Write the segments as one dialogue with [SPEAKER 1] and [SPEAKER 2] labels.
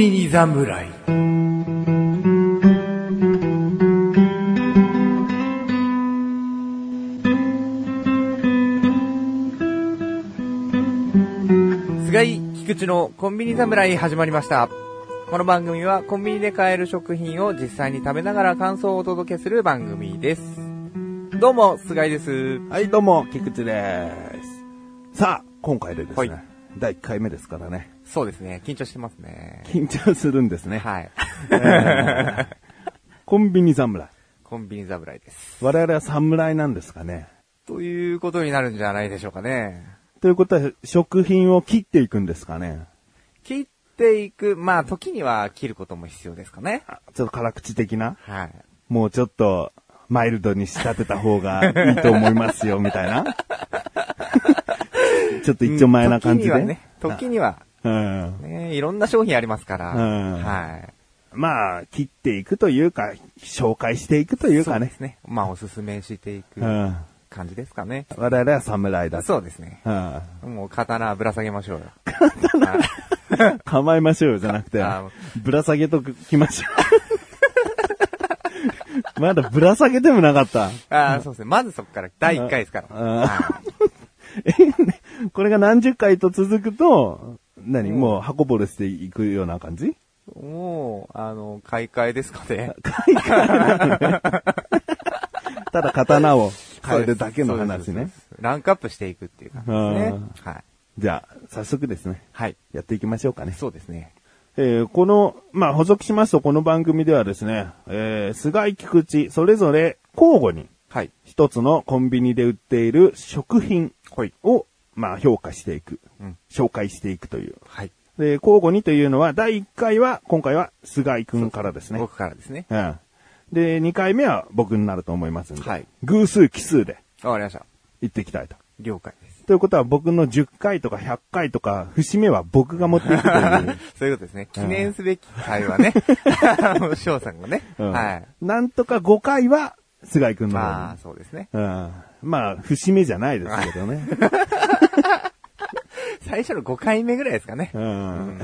[SPEAKER 1] 侍
[SPEAKER 2] 菅井菊池のコンビニ侍始まりました。この番組はコンビニで買える食品を実際に食べながら感想をお届けする番組です。どうも、菅井です。
[SPEAKER 3] はい、どうも、菊池です。さあ、今回でですね、
[SPEAKER 2] はい
[SPEAKER 3] 第1回目ですからね、
[SPEAKER 2] そうですね、緊張してますね。
[SPEAKER 3] 緊張するんですね。
[SPEAKER 2] はい。
[SPEAKER 3] コンビニ侍。
[SPEAKER 2] コンビニ侍です。
[SPEAKER 3] 我々は侍なんですかね。
[SPEAKER 2] ということになるんじゃないでしょうかね。
[SPEAKER 3] ということは、食品を切っていくんですかね。
[SPEAKER 2] 切っていく、まあ、時には切ることも必要ですかね。
[SPEAKER 3] あちょっと辛口的な、
[SPEAKER 2] はい。
[SPEAKER 3] もうちょっと、マイルドに仕立てた方がいいと思いますよ、み たいな。ちょっと一丁前な感じで。
[SPEAKER 2] うん時にはね、時には、
[SPEAKER 3] うん。
[SPEAKER 2] ね、いろんな商品ありますから。
[SPEAKER 3] うん
[SPEAKER 2] はい。
[SPEAKER 3] まあ、切っていくというか、紹介していくというかね
[SPEAKER 2] で。すね。まあ、おすすめしていく
[SPEAKER 3] うん。
[SPEAKER 2] 感じですかね。
[SPEAKER 3] 我々は侍だと。
[SPEAKER 2] そうですね。
[SPEAKER 3] うん。
[SPEAKER 2] もう刀ぶら下げましょうよ。
[SPEAKER 3] 構えましょうよじゃなくて
[SPEAKER 2] あ、
[SPEAKER 3] ぶら下げときましょう。 まだぶら下げてもなかった。
[SPEAKER 2] ああ、そうですね。まずそこから、第1回ですから。
[SPEAKER 3] あ
[SPEAKER 2] は
[SPEAKER 3] え、ねこれが何十回と続くと、何もう箱ぼれしていくような感じ
[SPEAKER 2] いもう、あの、買い替えですか ね。
[SPEAKER 3] ただ 刀を
[SPEAKER 2] はい
[SPEAKER 3] 変えるだけの話。
[SPEAKER 2] そうで
[SPEAKER 3] ね
[SPEAKER 2] す。そうですランクアップしていくっていう感じですね。はい。
[SPEAKER 3] じゃあ、早速ですね。
[SPEAKER 2] はい。
[SPEAKER 3] やっていきましょうかね。
[SPEAKER 2] そうですね。
[SPEAKER 3] えーこの、まあ、補足しますと、この番組ではですね、えー菅井菊池、それぞれ交互に、
[SPEAKER 2] はい。
[SPEAKER 3] 一つのコンビニで売っている食品を、まあ、評価していく、
[SPEAKER 2] うん
[SPEAKER 3] 紹介していくという。
[SPEAKER 2] はい。
[SPEAKER 3] で、交互にというのは、第1回は、今回は菅井くんからですね。
[SPEAKER 2] 僕からですね。
[SPEAKER 3] うん。で、2回目は僕になると思いますんで、
[SPEAKER 2] はい
[SPEAKER 3] 偶数奇数で
[SPEAKER 2] わかりました。
[SPEAKER 3] 行っていきたいと。
[SPEAKER 2] 了解です。
[SPEAKER 3] ということは、僕の10回とか100回とか、節目は僕が持っていくという。
[SPEAKER 2] そういうことですね。記念すべき会は ね。あの、翔さんがね。
[SPEAKER 3] う ん
[SPEAKER 2] はい。
[SPEAKER 3] なんとか5回は、菅井くんの方に。
[SPEAKER 2] まあ、そうですね。
[SPEAKER 3] うんまあ、節目じゃないですけどね。
[SPEAKER 2] 最初の5回目ぐらいですかね
[SPEAKER 3] う。ん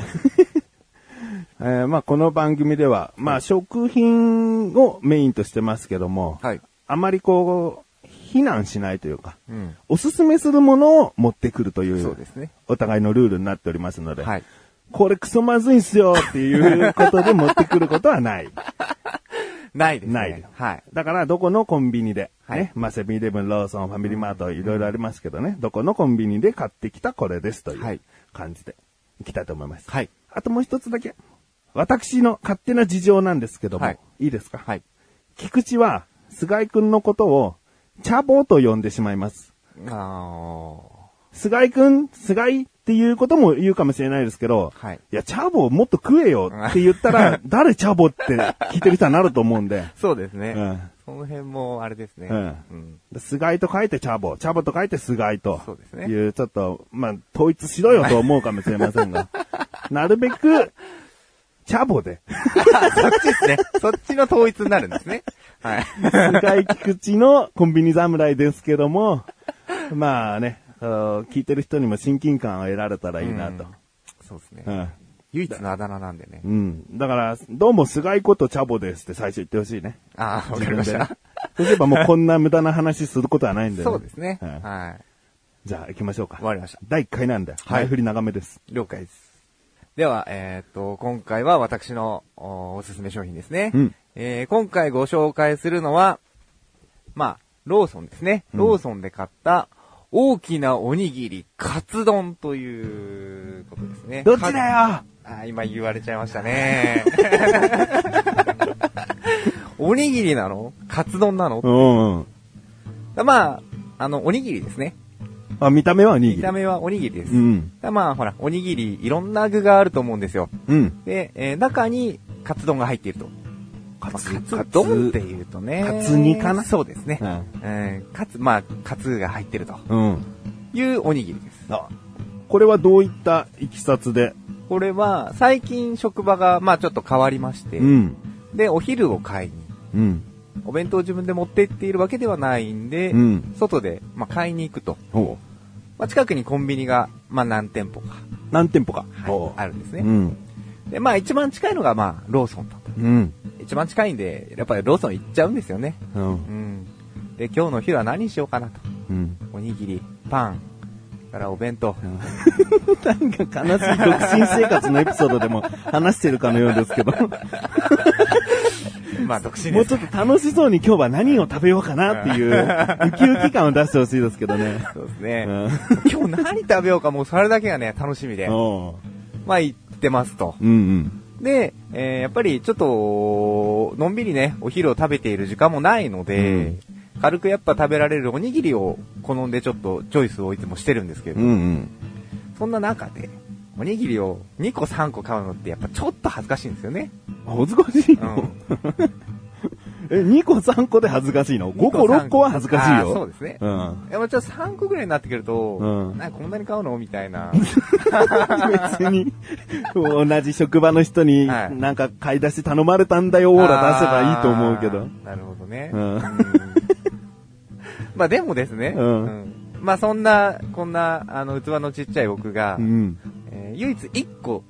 [SPEAKER 3] えーまあ、この番組では、まあ、食品をメインとしてますけども、
[SPEAKER 2] はい。
[SPEAKER 3] あまりこう、非難しないというか、
[SPEAKER 2] うん。
[SPEAKER 3] おすすめするものを持ってくるという、
[SPEAKER 2] そうですね
[SPEAKER 3] お互いのルールになっておりますので、
[SPEAKER 2] はい。
[SPEAKER 3] これクソまずいんすよっていうことで持ってくること はない。
[SPEAKER 2] ないですね。
[SPEAKER 3] ないです
[SPEAKER 2] はい。
[SPEAKER 3] だから、どこのコンビニで、
[SPEAKER 2] はい
[SPEAKER 3] ね、まあ、セブンイレブン、ローソン、ファミリーマート、いろいろありますけどね、どこのコンビニで買ってきたこれですとい
[SPEAKER 2] はいう
[SPEAKER 3] 感じでいきたいと思います。
[SPEAKER 2] はい。
[SPEAKER 3] あともう一つだけ。私の勝手な事情なんですけども、
[SPEAKER 2] はい
[SPEAKER 3] い、いですか
[SPEAKER 2] はい。
[SPEAKER 3] 菊池は、菅井くんのことを、チャボと呼んでしまいます。
[SPEAKER 2] あの
[SPEAKER 3] 菅井くん、菅井っていうことも言うかもしれないですけど、
[SPEAKER 2] はい
[SPEAKER 3] や、チャボもっと食えよって言っ たら、誰チャボって聞いてる人になると思うんで、
[SPEAKER 2] そうですね。
[SPEAKER 3] うん
[SPEAKER 2] その辺も、あれですね。
[SPEAKER 3] うん
[SPEAKER 2] ん
[SPEAKER 3] 菅井と書いてチャボ、チャボと書いて菅井と
[SPEAKER 2] そうですね
[SPEAKER 3] いう、ちょっと、まあ、統一しろよと思うかもしれませ んが、なるべく、チャボで、
[SPEAKER 2] あ、そっちですね。そっちの統一になるんですね。 はい。
[SPEAKER 3] 菅井菊池のコンビニ侍ですけども、まあね、あの聞いてる人にも親近感を得られたらいいなと。
[SPEAKER 2] そうですね。
[SPEAKER 3] うん。
[SPEAKER 2] 唯一のあだ名なんでね
[SPEAKER 3] う。ん。だから、どうも菅井ことチャボですって最初言ってほしいね。
[SPEAKER 2] ああ、わかりまし
[SPEAKER 3] 自分で
[SPEAKER 2] た
[SPEAKER 3] ね。。そうすればもうこんな無駄な話することはないんでね。
[SPEAKER 2] そうですね。
[SPEAKER 3] うん
[SPEAKER 2] は
[SPEAKER 3] じゃあ行きましょうか。
[SPEAKER 2] わかりました
[SPEAKER 3] 第1回なんで、前振り長めです。
[SPEAKER 2] い。了解です。では、えーっと、今回は私のおおすすめ商品ですね。
[SPEAKER 3] うん
[SPEAKER 2] えー今回ご紹介するのは、まあ、ローソンですね。ローソンで買った、大きなおにぎり、カツ丼ということですね。
[SPEAKER 3] どっちだよ
[SPEAKER 2] あー今言われちゃいました ね。おにぎりなのカツ丼なの
[SPEAKER 3] うん。
[SPEAKER 2] まあ、あの、おにぎりですね。
[SPEAKER 3] あ、見た目はおにぎり。
[SPEAKER 2] 見た目はおにぎりです。
[SPEAKER 3] うん。
[SPEAKER 2] まあ、ほら、おにぎり、いろんな具があると思うんですよ。
[SPEAKER 3] うん。
[SPEAKER 2] で、えー中に、カツ丼が入っていると。
[SPEAKER 3] カ
[SPEAKER 2] まあカツ丼っていうとね。
[SPEAKER 3] カツ煮かな
[SPEAKER 2] そうですね。
[SPEAKER 3] うん
[SPEAKER 2] うん。カツ、まあ、カツが入ってると
[SPEAKER 3] うん。
[SPEAKER 2] いうおにぎりです。
[SPEAKER 3] あ、これはどういったいきさつで
[SPEAKER 2] これは、最近職場が、まあ、ちょっと変わりまして、
[SPEAKER 3] ん。
[SPEAKER 2] で、お昼を買いに
[SPEAKER 3] うん。
[SPEAKER 2] お弁当を自分で持って行っているわけではないんで、
[SPEAKER 3] うん
[SPEAKER 2] 外で、まあ、買いに行くと。
[SPEAKER 3] ほ
[SPEAKER 2] まあ、近くにコンビニが、まあ、何店舗か、
[SPEAKER 3] う。何店舗か。
[SPEAKER 2] はい
[SPEAKER 3] ほう
[SPEAKER 2] あるんです
[SPEAKER 3] う
[SPEAKER 2] ね、
[SPEAKER 3] ん。
[SPEAKER 2] で、まあ一番近いのがまあ、ローソンだと。
[SPEAKER 3] うん。
[SPEAKER 2] 一番近いんで、やっぱりローソン行っちゃうんですよね。
[SPEAKER 3] うん。
[SPEAKER 2] うん。で、今日の昼は何にしようかなと。
[SPEAKER 3] うん。
[SPEAKER 2] おにぎり、パン、それからお弁 当。
[SPEAKER 3] なんか悲しい独身生活のエピソードでも話してるかのようですけど、も
[SPEAKER 2] まあ独身
[SPEAKER 3] う
[SPEAKER 2] です
[SPEAKER 3] ちょ。っと楽しそうに今日は何を食べようかなっていう、ウキウキ感を出してほしいですけどね。
[SPEAKER 2] そうですね
[SPEAKER 3] う。ん。
[SPEAKER 2] 今日何食べようかもうそれだけがね、楽しみで。
[SPEAKER 3] おう
[SPEAKER 2] まあ行ってますと。
[SPEAKER 3] うんうん。
[SPEAKER 2] で、えーやっぱりちょっと、のんびりね、お昼を食べている時間もないので、軽くやっぱ食べられるおにぎりを好んでちょっとチョイスをいつもしてるんですけ
[SPEAKER 3] う
[SPEAKER 2] ど、
[SPEAKER 3] んうん。
[SPEAKER 2] そんな中で、おにぎりを2個3個買うのってやっぱちょっと恥ずかしいんですよね。
[SPEAKER 3] 恥ずかしいの、
[SPEAKER 2] う
[SPEAKER 3] え、2個3個で恥ずかしいの ?5 個6個は恥ずかしい
[SPEAKER 2] あーそ
[SPEAKER 3] よ。
[SPEAKER 2] うですね。
[SPEAKER 3] うん。
[SPEAKER 2] でもちょっと3個ぐらいになってくると、
[SPEAKER 3] うん
[SPEAKER 2] なんかこんなに買うのみたいな。
[SPEAKER 3] 別に、同じ職場の人に、
[SPEAKER 2] はい
[SPEAKER 3] なんか買い出し頼まれたんだよ、オーラ出せばいいと思うけ
[SPEAKER 2] あ
[SPEAKER 3] ど。
[SPEAKER 2] ー。なるほどね。
[SPEAKER 3] うん
[SPEAKER 2] うん まあでもですね、
[SPEAKER 3] うん
[SPEAKER 2] うんまあそんな、こんな、あの、器のちっちゃい僕が、
[SPEAKER 3] うん。
[SPEAKER 2] えー唯一1個、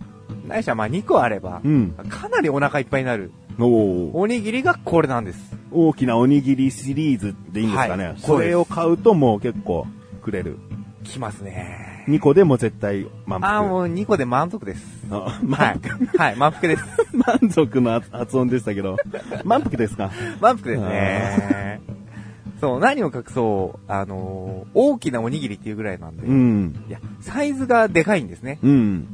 [SPEAKER 2] ないしはまあ2個あれば
[SPEAKER 3] う、ん。
[SPEAKER 2] かなりお腹いっぱいになる、
[SPEAKER 3] おー
[SPEAKER 2] おにぎりがこれなんです。
[SPEAKER 3] 大きなおにぎりシリーズでいいんですかね。
[SPEAKER 2] はい
[SPEAKER 3] これを買うともう結構くれる。
[SPEAKER 2] きますね。
[SPEAKER 3] 2個でも絶対満腹。
[SPEAKER 2] ああ、もう2個で満足です。
[SPEAKER 3] あ
[SPEAKER 2] はい
[SPEAKER 3] 満。
[SPEAKER 2] はい、満腹です。
[SPEAKER 3] 満足の発音でしたけど。 満腹ですか
[SPEAKER 2] 満腹ですね。そう、何を隠そう、あのー大きなおにぎりっていうぐらいなんで、
[SPEAKER 3] う
[SPEAKER 2] い
[SPEAKER 3] ん。
[SPEAKER 2] や、サイズがでかいんですね。
[SPEAKER 3] うん。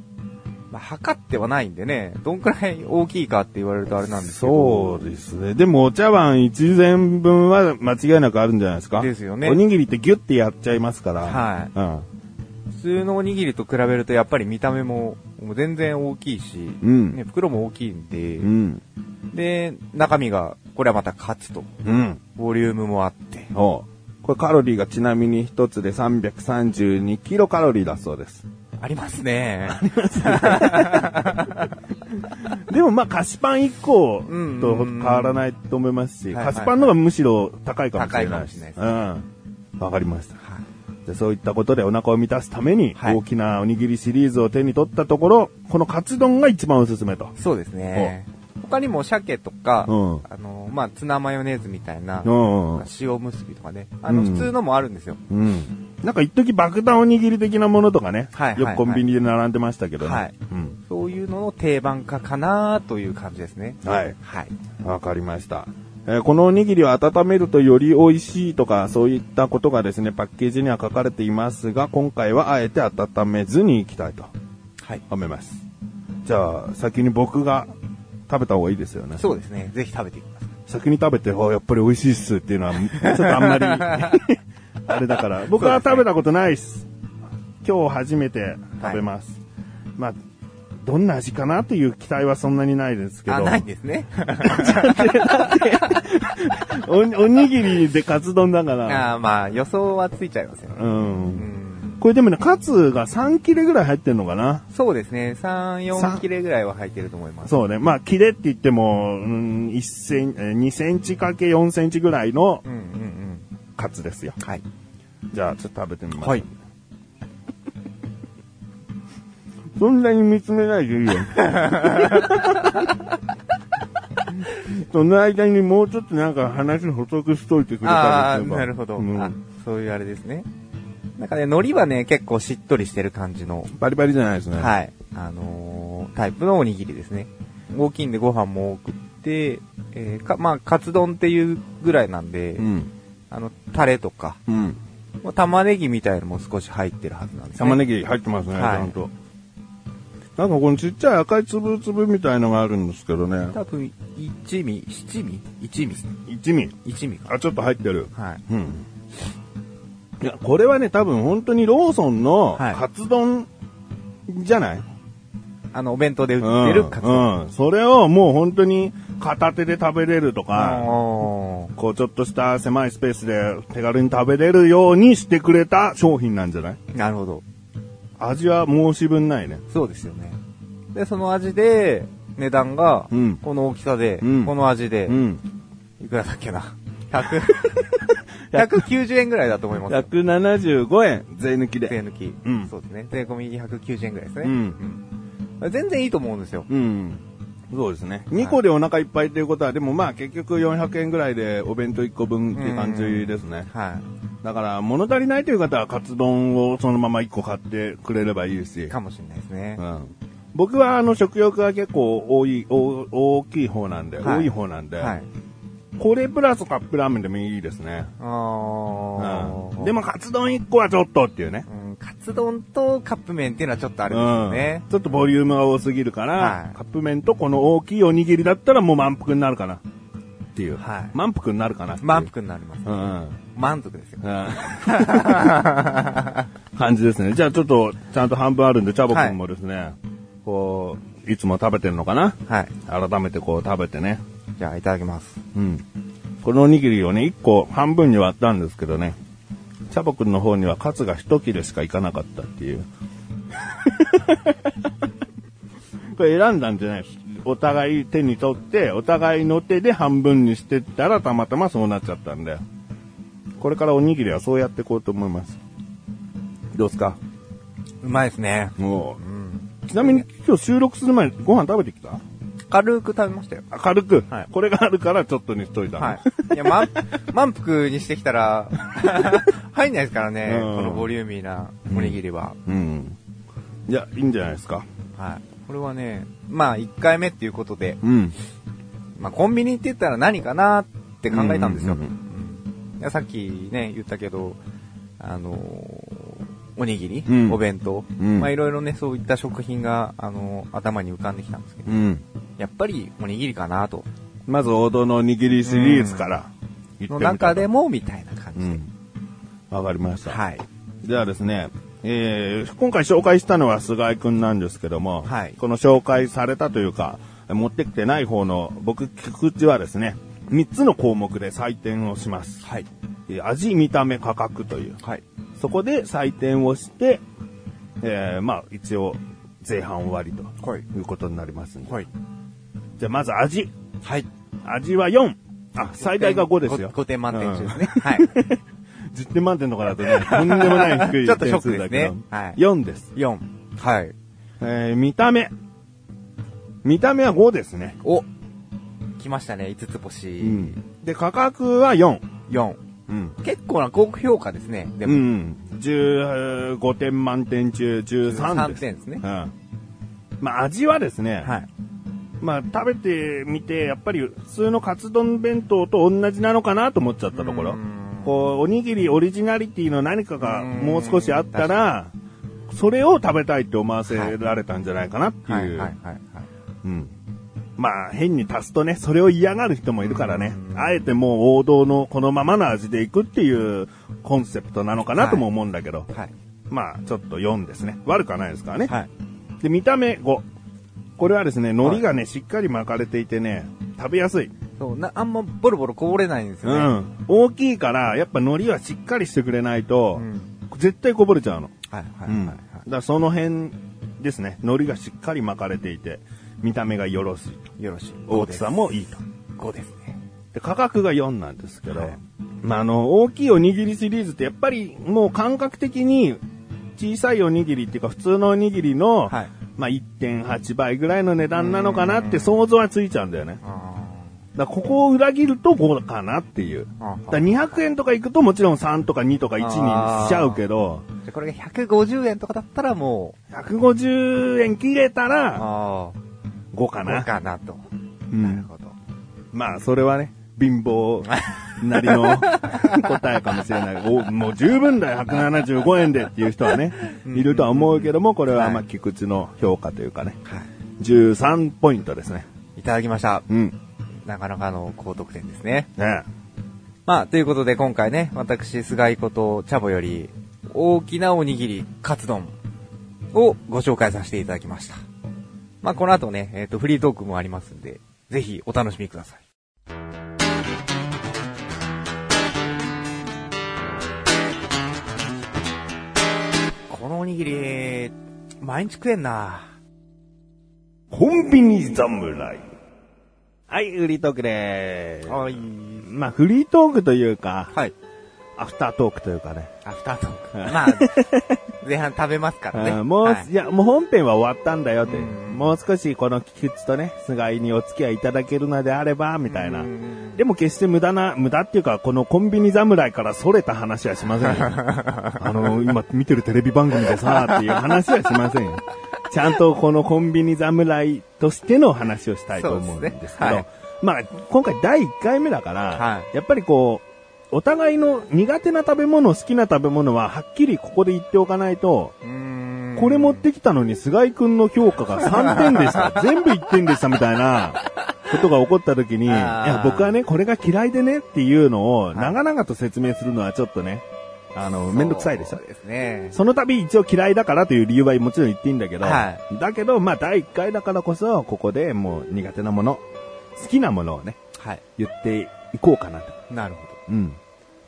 [SPEAKER 2] まあ、測ってはないんでね、どんくらい大きいかって言われるとあれなんですけ
[SPEAKER 3] そ
[SPEAKER 2] ど。
[SPEAKER 3] うですね。でもお茶碗一膳分は間違いなくあるんじゃないですか。
[SPEAKER 2] ですよね
[SPEAKER 3] おにぎりってギュッてやっちゃいますから。
[SPEAKER 2] はい。
[SPEAKER 3] うん。
[SPEAKER 2] 普通のおにぎりと比べるとやっぱり見た目ももう全然大きいし、
[SPEAKER 3] うん
[SPEAKER 2] ね、袋も大きいんで、
[SPEAKER 3] うん。
[SPEAKER 2] で、中身が、これはまたカツと、
[SPEAKER 3] うん。
[SPEAKER 2] ボリュームもあって、
[SPEAKER 3] おうこれカロリーがちなみに一つで332キロカロリーだそうです。
[SPEAKER 2] ありますね。
[SPEAKER 3] でもまあ菓子パン1個
[SPEAKER 2] うん
[SPEAKER 3] と変わらないと思いますし、
[SPEAKER 2] はいはい
[SPEAKER 3] 菓子パンの方がむしろ高いかもしれ
[SPEAKER 2] 高いか
[SPEAKER 3] な
[SPEAKER 2] も
[SPEAKER 3] い
[SPEAKER 2] し
[SPEAKER 3] し。
[SPEAKER 2] れないです
[SPEAKER 3] うん。わかりました。
[SPEAKER 2] はい
[SPEAKER 3] でそういったことでお腹を満たすために、
[SPEAKER 2] はい
[SPEAKER 3] 大きなおにぎりシリーズを手に取ったところ、このカツ丼が一番おすすめと。
[SPEAKER 2] そうですね。他にも鮭とか、
[SPEAKER 3] うん
[SPEAKER 2] あの、まあ、ツナマヨネーズみたいな、
[SPEAKER 3] うんうん。
[SPEAKER 2] 塩結びとかね、あの、
[SPEAKER 3] うん
[SPEAKER 2] 普通のもあるんですよ。
[SPEAKER 3] うん。なんか一時爆弾おにぎり的なものとかね。
[SPEAKER 2] はいはい
[SPEAKER 3] よくコンビニで並んでましたけどね。
[SPEAKER 2] はい
[SPEAKER 3] うん。
[SPEAKER 2] そういうのの定番化かなという感じですね。
[SPEAKER 3] はい。
[SPEAKER 2] はい。
[SPEAKER 3] わかりました。えーこのおにぎりを温めるとより美味しいとか、そういったことがですね、パッケージには書かれていますが、今回はあえて温めずにいきたいと
[SPEAKER 2] はい。
[SPEAKER 3] 思います。じゃあ、先に僕が食べた方がいいですよね。
[SPEAKER 2] そうですね。ぜひ食べてください。
[SPEAKER 3] 先に食べて、あやっぱり美味しいっすっていうのは、ちょっとあんまり、 あれだから、僕は食べたことないっす。今日初めて食べます。まあ、どんな味かなという期待はそんなにないですけど、
[SPEAKER 2] あ、ないんですね。
[SPEAKER 3] おおにぎりでカツ丼だから、
[SPEAKER 2] あーまあ、予想はついちゃいますよね。
[SPEAKER 3] う。
[SPEAKER 2] うんん。
[SPEAKER 3] これでもね、カツが3切れぐらい入ってんのかな
[SPEAKER 2] そうですね。3、
[SPEAKER 3] さ
[SPEAKER 2] 4
[SPEAKER 3] ん
[SPEAKER 2] 切れぐらいは入ってると思います。
[SPEAKER 3] そうね。まあ、切れって言っても、うん、1セン、えー2センチかけ4センチぐらいの
[SPEAKER 2] うんうんうん。
[SPEAKER 3] カツですよ。
[SPEAKER 2] はい。
[SPEAKER 3] じゃあ、ちょっと食べてみます。
[SPEAKER 2] はい。
[SPEAKER 3] そんなに見つめないでい いよ。その間にもうちょっとなんか話補足しといてくれ
[SPEAKER 2] あ
[SPEAKER 3] た
[SPEAKER 2] あ
[SPEAKER 3] りす
[SPEAKER 2] ー、
[SPEAKER 3] れば。
[SPEAKER 2] なるほど、
[SPEAKER 3] うん
[SPEAKER 2] あ。そういうあれですね。なんかね、海苔はね、結構しっとりしてる感じの、
[SPEAKER 3] バリバリじゃないですね。
[SPEAKER 2] はい。あのータイプのおにぎりですね。大きいんでご飯も多くって、えーか、まあ、カツ丼っていうぐらいなんで、
[SPEAKER 3] うん。
[SPEAKER 2] あの、タレとか、
[SPEAKER 3] うん。
[SPEAKER 2] まあ玉ねぎみたいのも少し入ってるはずなんですね。
[SPEAKER 3] 玉ね
[SPEAKER 2] ぎ
[SPEAKER 3] ぎ入ってますね、
[SPEAKER 2] はい
[SPEAKER 3] ちゃんと。なんかこのちっちゃい赤い粒々みたいのがあるんですけどね。
[SPEAKER 2] 多分、一味、七味一味
[SPEAKER 3] 一味。
[SPEAKER 2] 一味か。
[SPEAKER 3] あ、ちょっと入ってる。
[SPEAKER 2] はい。
[SPEAKER 3] うん。いや、これはね、多分本当にローソンの
[SPEAKER 2] はい
[SPEAKER 3] カツ丼じゃない、
[SPEAKER 2] あの、お弁当で売ってるカツ丼。
[SPEAKER 3] うん。うん。それをもう本当に片手で食べれるとか、
[SPEAKER 2] おー
[SPEAKER 3] こうちょっとした狭いスペースで手軽に食べれるようにしてくれた商品なんじゃない
[SPEAKER 2] なるほど。
[SPEAKER 3] 味は申し分ないね。
[SPEAKER 2] そうですよね。で、その味で、値段が
[SPEAKER 3] う、ん。
[SPEAKER 2] この大きさで、
[SPEAKER 3] うん
[SPEAKER 2] この味で
[SPEAKER 3] う、ん。
[SPEAKER 2] いくらだっけな。100 190円ぐらいだと思いますよ。
[SPEAKER 3] 175円、税抜き
[SPEAKER 2] 税。抜き。
[SPEAKER 3] うん
[SPEAKER 2] そうですね。税込み190円ぐらいですね。
[SPEAKER 3] うん
[SPEAKER 2] 全然いいと思うんですよ。
[SPEAKER 3] うん。そうですね。
[SPEAKER 2] い
[SPEAKER 3] 2個でお腹いっぱいっていうことは、でもまあ結局400円ぐらいでお弁当1個分っていう感じですね。
[SPEAKER 2] は
[SPEAKER 3] だから物足りないという方はカツ丼をそのまま1個買ってくれればいいし
[SPEAKER 2] い。。かもしれないですね
[SPEAKER 3] う。ん。僕はあの食欲が結構多い、大大きい方なんで、
[SPEAKER 2] はい
[SPEAKER 3] 多い方なんで、
[SPEAKER 2] はい。
[SPEAKER 3] これプラスカップラーメンでもいいですね。
[SPEAKER 2] あ
[SPEAKER 3] う
[SPEAKER 2] ー
[SPEAKER 3] ん。でもカツ丼1個はちょっとっていうね。
[SPEAKER 2] うん、カツ丼とカップ麺っていうのはちょっとあれですよね
[SPEAKER 3] う。んちょっとボリュームが多すぎるから、
[SPEAKER 2] はい
[SPEAKER 3] カップ麺とこの大きいおにぎりだったらもう満腹になるかなっていう。
[SPEAKER 2] はい
[SPEAKER 3] 満腹になるかなっていう
[SPEAKER 2] 満腹になります。
[SPEAKER 3] うんうん。
[SPEAKER 2] 満足ですよ。
[SPEAKER 3] うん感じですね。じゃあちょっと、ちゃんと半分あるんで、チャボくんもですね、こう、いつも食べてるのかな
[SPEAKER 2] はい。
[SPEAKER 3] 改めてこう食べてね。
[SPEAKER 2] じゃあ、いただきます。
[SPEAKER 3] うん。このおにぎりをね、1個半分に割ったんですけどね、チャボくんの方にはカツが1切れしかいかなかったっていう。 これ選んだんじゃないです。お互い手に取って、お互いの手で半分にしてったらたまたまそうなっちゃったんで。これからおにぎりはそうやっていこうと思います。どうですか
[SPEAKER 2] うまいですね。
[SPEAKER 3] もう。ちなみに今日収録する前にご飯食べてきた
[SPEAKER 2] 軽く食べましたよ。
[SPEAKER 3] あ軽く、
[SPEAKER 2] はい
[SPEAKER 3] これがあるからちょっとにしといた。
[SPEAKER 2] はい。いや、満、 満腹にしてきたら、 入んないですからね、
[SPEAKER 3] うん
[SPEAKER 2] このボリューミーなおにぎりは。
[SPEAKER 3] うん。いや、いいんじゃないですか。
[SPEAKER 2] はい。これはね、まあ、1回目っていうことで、
[SPEAKER 3] うん。
[SPEAKER 2] まあ、コンビニって言ったら何かなって考えたんですよ。
[SPEAKER 3] う
[SPEAKER 2] うん
[SPEAKER 3] うんうん
[SPEAKER 2] いやさっきね、言ったけど、あのーおにぎり、
[SPEAKER 3] うん
[SPEAKER 2] お弁当、
[SPEAKER 3] うん
[SPEAKER 2] まあいろいろね、そういった食品が、あのー頭に浮かんできたんですけど、
[SPEAKER 3] うん。
[SPEAKER 2] やっぱりおにぎりかなと。
[SPEAKER 3] まず王道のおにぎりシリーズから、いって
[SPEAKER 2] の
[SPEAKER 3] みたいと
[SPEAKER 2] 中でも、みたいな感
[SPEAKER 3] う
[SPEAKER 2] じで。
[SPEAKER 3] ん。わかりました。
[SPEAKER 2] はい。
[SPEAKER 3] じゃあですね、えー、今回紹介したのは菅井くんなんですけども、
[SPEAKER 2] はい
[SPEAKER 3] この紹介されたというか、持ってきてない方の僕、菊池はですね、3つの項目で採点をします。
[SPEAKER 2] はい。
[SPEAKER 3] えー味、見た目、価格という。
[SPEAKER 2] はい。
[SPEAKER 3] そこで採点をして、えー、まあ一応、前半終わりと
[SPEAKER 2] はい。
[SPEAKER 3] いうことになりますんで。
[SPEAKER 2] はい。
[SPEAKER 3] じゃあまず味。
[SPEAKER 2] はい。
[SPEAKER 3] 味は4。あ、最大が5ですよ。
[SPEAKER 2] 5点満点中
[SPEAKER 3] う
[SPEAKER 2] で
[SPEAKER 3] ん
[SPEAKER 2] すね。はい。
[SPEAKER 3] 10点満点とかだとね、とんでもない低い
[SPEAKER 2] ちょっとショック
[SPEAKER 3] 点数
[SPEAKER 2] で
[SPEAKER 3] だ
[SPEAKER 2] す
[SPEAKER 3] けど
[SPEAKER 2] ね。はい。
[SPEAKER 3] 4です。
[SPEAKER 2] 4。はい。
[SPEAKER 3] えー、見た目。見た目は5ですね。
[SPEAKER 2] お来ましたね、5つ
[SPEAKER 3] う
[SPEAKER 2] 星。
[SPEAKER 3] ん。で、価格は4。
[SPEAKER 2] 4。
[SPEAKER 3] うん。
[SPEAKER 2] 結構な高評価ですね。で
[SPEAKER 3] う
[SPEAKER 2] も、
[SPEAKER 3] ん。15点満点中13
[SPEAKER 2] 3
[SPEAKER 3] です。
[SPEAKER 2] 点ですね
[SPEAKER 3] う。ん。まあ味はですね、
[SPEAKER 2] はい。
[SPEAKER 3] まあ食べてみて、やっぱり普通のカツ丼弁当と同じなのかなと思っちゃったところ。こう、おにぎりオリジナリティの何かがもう少しあったら、それを食べたいって思わせられたんじゃないかなって
[SPEAKER 2] はい
[SPEAKER 3] い
[SPEAKER 2] は
[SPEAKER 3] う。
[SPEAKER 2] いはいはい。
[SPEAKER 3] うん。まあ、変に足すとね、それを嫌がる人もいるからね、あえてもう王道のこのままの味でいくっていうコンセプトなのかなとも思うんだけど、
[SPEAKER 2] はい。
[SPEAKER 3] まあ、ちょっと4ですね。悪くはないですからね。
[SPEAKER 2] はい。
[SPEAKER 3] で、見た目5。これはですね、海苔がね、しっかり巻かれていてね、食べやすい。
[SPEAKER 2] そう、な、あんまボロボロこぼれないんです
[SPEAKER 3] う
[SPEAKER 2] よね。
[SPEAKER 3] ん。大きいから、やっぱ海苔はしっかりしてくれないと、
[SPEAKER 2] うん
[SPEAKER 3] 絶対こぼれちゃうの。
[SPEAKER 2] はいはい
[SPEAKER 3] うん。
[SPEAKER 2] は
[SPEAKER 3] だ
[SPEAKER 2] い
[SPEAKER 3] か
[SPEAKER 2] は
[SPEAKER 3] らその辺ですね、海苔がしっかり巻かれていて、見た目がよろしいと。
[SPEAKER 2] い。よろしい。
[SPEAKER 3] 大きさもいいと。
[SPEAKER 2] 5ですね。
[SPEAKER 3] で、価格が4なんですけど、
[SPEAKER 2] はい
[SPEAKER 3] まあ、あの、大きいおにぎりシリーズってやっぱりもう感覚的に小さいおにぎりっていうか普通のおにぎりの、
[SPEAKER 2] はい
[SPEAKER 3] まあ、1.8倍ぐらいの値段なのかなって想像はついちゃうんだよね。
[SPEAKER 2] あ
[SPEAKER 3] だからここを裏切ると5かなっていう。
[SPEAKER 2] あ
[SPEAKER 3] だから200円とか行くともちろん3とか2とか1にしちゃうけど、
[SPEAKER 2] ーじゃあこれが150円とかだったらもう、
[SPEAKER 3] 150円切れたら
[SPEAKER 2] ああ、
[SPEAKER 3] 5かな。
[SPEAKER 2] 5かなと。
[SPEAKER 3] ん
[SPEAKER 2] なるほど。
[SPEAKER 3] まあ、それはね、貧乏なりの答えかもしれ ない。おもう十分だよ、175円でっていう人はね、いるとは思うけども、これはま
[SPEAKER 2] は
[SPEAKER 3] あ、
[SPEAKER 2] い
[SPEAKER 3] 菊池の評価というかね、
[SPEAKER 2] は
[SPEAKER 3] 13ポイントですね。
[SPEAKER 2] い。いただきました。
[SPEAKER 3] うん。
[SPEAKER 2] なかなかの高得点ですね。
[SPEAKER 3] ね
[SPEAKER 2] まあ、ということで今回ね、私、菅井ことチャボより、大きなおにぎり、カツ丼をご紹介させていただきました。まあ、この後ね、えっ、と、フリートークもありますんで、ぜひお楽しみください。このおにぎり、毎日食えんな。
[SPEAKER 3] コンビニ侍。はい、フリートークでーす。
[SPEAKER 2] はい。
[SPEAKER 3] まあ、フリートークというか、
[SPEAKER 2] はい。
[SPEAKER 3] アフタートークというかね。
[SPEAKER 2] アフター トーク。まあ、前半食べますからね。
[SPEAKER 3] うんもう、
[SPEAKER 2] はい
[SPEAKER 3] い、や、もう本編は終わったんだよって。
[SPEAKER 2] うん
[SPEAKER 3] もう少しこの菊池とね、菅井にお付き合いいただけるのであれば、みたいな
[SPEAKER 2] うんうんうん。
[SPEAKER 3] でも決して無駄な、無駄っていうか、このコンビニ侍から逸れた話はしませんよ。 あの、今見てるテレビ番組でさ、っていう話はしませんよ。ちゃんとこのコンビニ侍としての話をしたいと思うんです
[SPEAKER 2] そ
[SPEAKER 3] けど、
[SPEAKER 2] うですねはい
[SPEAKER 3] まあ、今回第1回目だから、
[SPEAKER 2] は
[SPEAKER 3] やっぱりこう、お互いの苦手な食べ物、好きな食べ物ははっきりここで言っておかないと、
[SPEAKER 2] うーん
[SPEAKER 3] これ持ってきたのに菅井くんの評価が3点で した。全部1点でしたみたいなことが起こった時に、い
[SPEAKER 2] あー
[SPEAKER 3] や、僕はね、これが嫌いでねっていうのを長々と説明するのはちょっとね、あの、めんどくさいでし
[SPEAKER 2] そ
[SPEAKER 3] ょ
[SPEAKER 2] う。ですね。
[SPEAKER 3] その度一応嫌いだからという理由はもちろん言っていいんだけど、
[SPEAKER 2] は
[SPEAKER 3] だけど、まあ、第1回だからこそ、ここでもう苦手なもの、好きなものをね、
[SPEAKER 2] はい。
[SPEAKER 3] 言っていこうかなと。
[SPEAKER 2] なるほ
[SPEAKER 3] うん。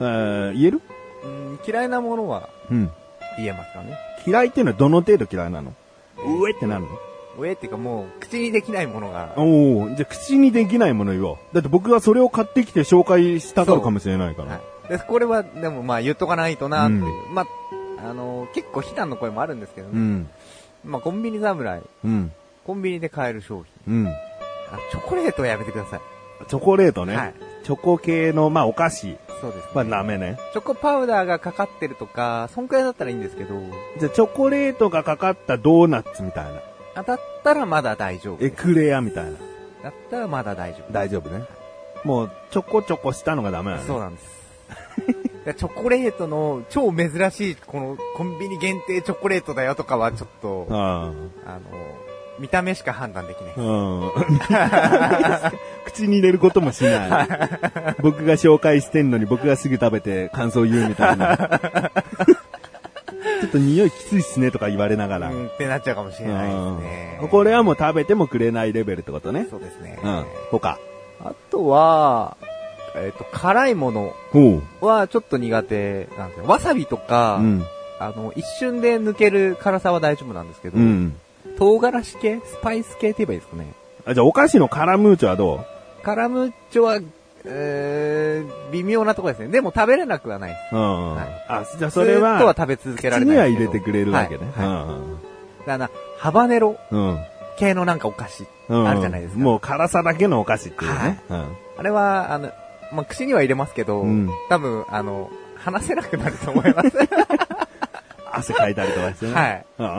[SPEAKER 3] えー言える
[SPEAKER 2] ど。うん嫌いなものは
[SPEAKER 3] うん。
[SPEAKER 2] 言えますかね。
[SPEAKER 3] 嫌いっていうのはどの程度嫌いなの
[SPEAKER 2] えー
[SPEAKER 3] うえってなるの
[SPEAKER 2] おえっていうかもう、口にできないものが。
[SPEAKER 3] おおじゃあ口にできないもの言おう。だって僕はそれを買ってきて紹介したがるかもしれないから。
[SPEAKER 2] はい。で、これは、でもまあ言っとかないとなっていう。まあ、あのー結構非難の声もあるんですけど
[SPEAKER 3] う
[SPEAKER 2] ね。
[SPEAKER 3] ん。
[SPEAKER 2] まあコンビニ侍、
[SPEAKER 3] うん。
[SPEAKER 2] コンビニで買える商品。
[SPEAKER 3] うん。
[SPEAKER 2] あチョコレートはやめてください。
[SPEAKER 3] チョコレートね。
[SPEAKER 2] はい
[SPEAKER 3] チョコ系の、まあお菓子。
[SPEAKER 2] そうです、ね。
[SPEAKER 3] まあダメね。
[SPEAKER 2] チョコパウダーがかかってるとか、そんくらいだったらいいんですけど、
[SPEAKER 3] じゃあチョコレートがかかったドーナツみたいな。
[SPEAKER 2] あだったらまだ大丈夫
[SPEAKER 3] エ。クレアみたいな。
[SPEAKER 2] だったらまだ大丈夫。
[SPEAKER 3] 大丈夫ね。もう、ちょこちょこしたのがダメなの、
[SPEAKER 2] そうなんです。 でチョコレートの超珍しい、このコンビニ限定チョコレートだよとかはちょっと、
[SPEAKER 3] あ
[SPEAKER 2] あの、見た目しか判断できない
[SPEAKER 3] あ。。うん。 口に入れることもしない。僕が紹介してんのに僕がすぐ食べて感想言うみたい な。ちょっと匂いきついっすねとか言われながら。
[SPEAKER 2] うんってなっちゃうかもしれないですね
[SPEAKER 3] う。んこれはもう食べてもくれないレベルってことね。
[SPEAKER 2] そうですね。
[SPEAKER 3] うん。他。
[SPEAKER 2] あとは、えっ、と、辛いもの
[SPEAKER 3] おう。
[SPEAKER 2] はちょっと苦手なんですよ。わさびと
[SPEAKER 3] う
[SPEAKER 2] か、
[SPEAKER 3] ん。
[SPEAKER 2] あの、一瞬で抜ける辛さは大丈夫なんですけど、
[SPEAKER 3] うん。
[SPEAKER 2] 唐辛子系スパイス系って言えばいいですかね。
[SPEAKER 3] あ、じゃあお菓子のカラムーチョはど
[SPEAKER 2] カラムーチョは、えー、微妙なとこですね。でも食べれなくはないです。
[SPEAKER 3] ううん。
[SPEAKER 2] はい
[SPEAKER 3] あ、じゃあそれ
[SPEAKER 2] ずっとは
[SPEAKER 3] は、
[SPEAKER 2] 食べ続けら
[SPEAKER 3] 口
[SPEAKER 2] れ
[SPEAKER 3] に
[SPEAKER 2] な
[SPEAKER 3] はい
[SPEAKER 2] ですけど。
[SPEAKER 3] 入れてくれるわけね。
[SPEAKER 2] はいはい
[SPEAKER 3] うん
[SPEAKER 2] だな、ハバネロ
[SPEAKER 3] うん。
[SPEAKER 2] 系のなんかお菓子。
[SPEAKER 3] うん。
[SPEAKER 2] あるじゃないですか
[SPEAKER 3] もう辛さだけのお菓子っていうね。うん。
[SPEAKER 2] あれは、あの、まあ、口には入れますけど、
[SPEAKER 3] うん
[SPEAKER 2] 多分、あの、話せなくなると思い ます。
[SPEAKER 3] 汗かいたりとかしてね。
[SPEAKER 2] はい。
[SPEAKER 3] うんうん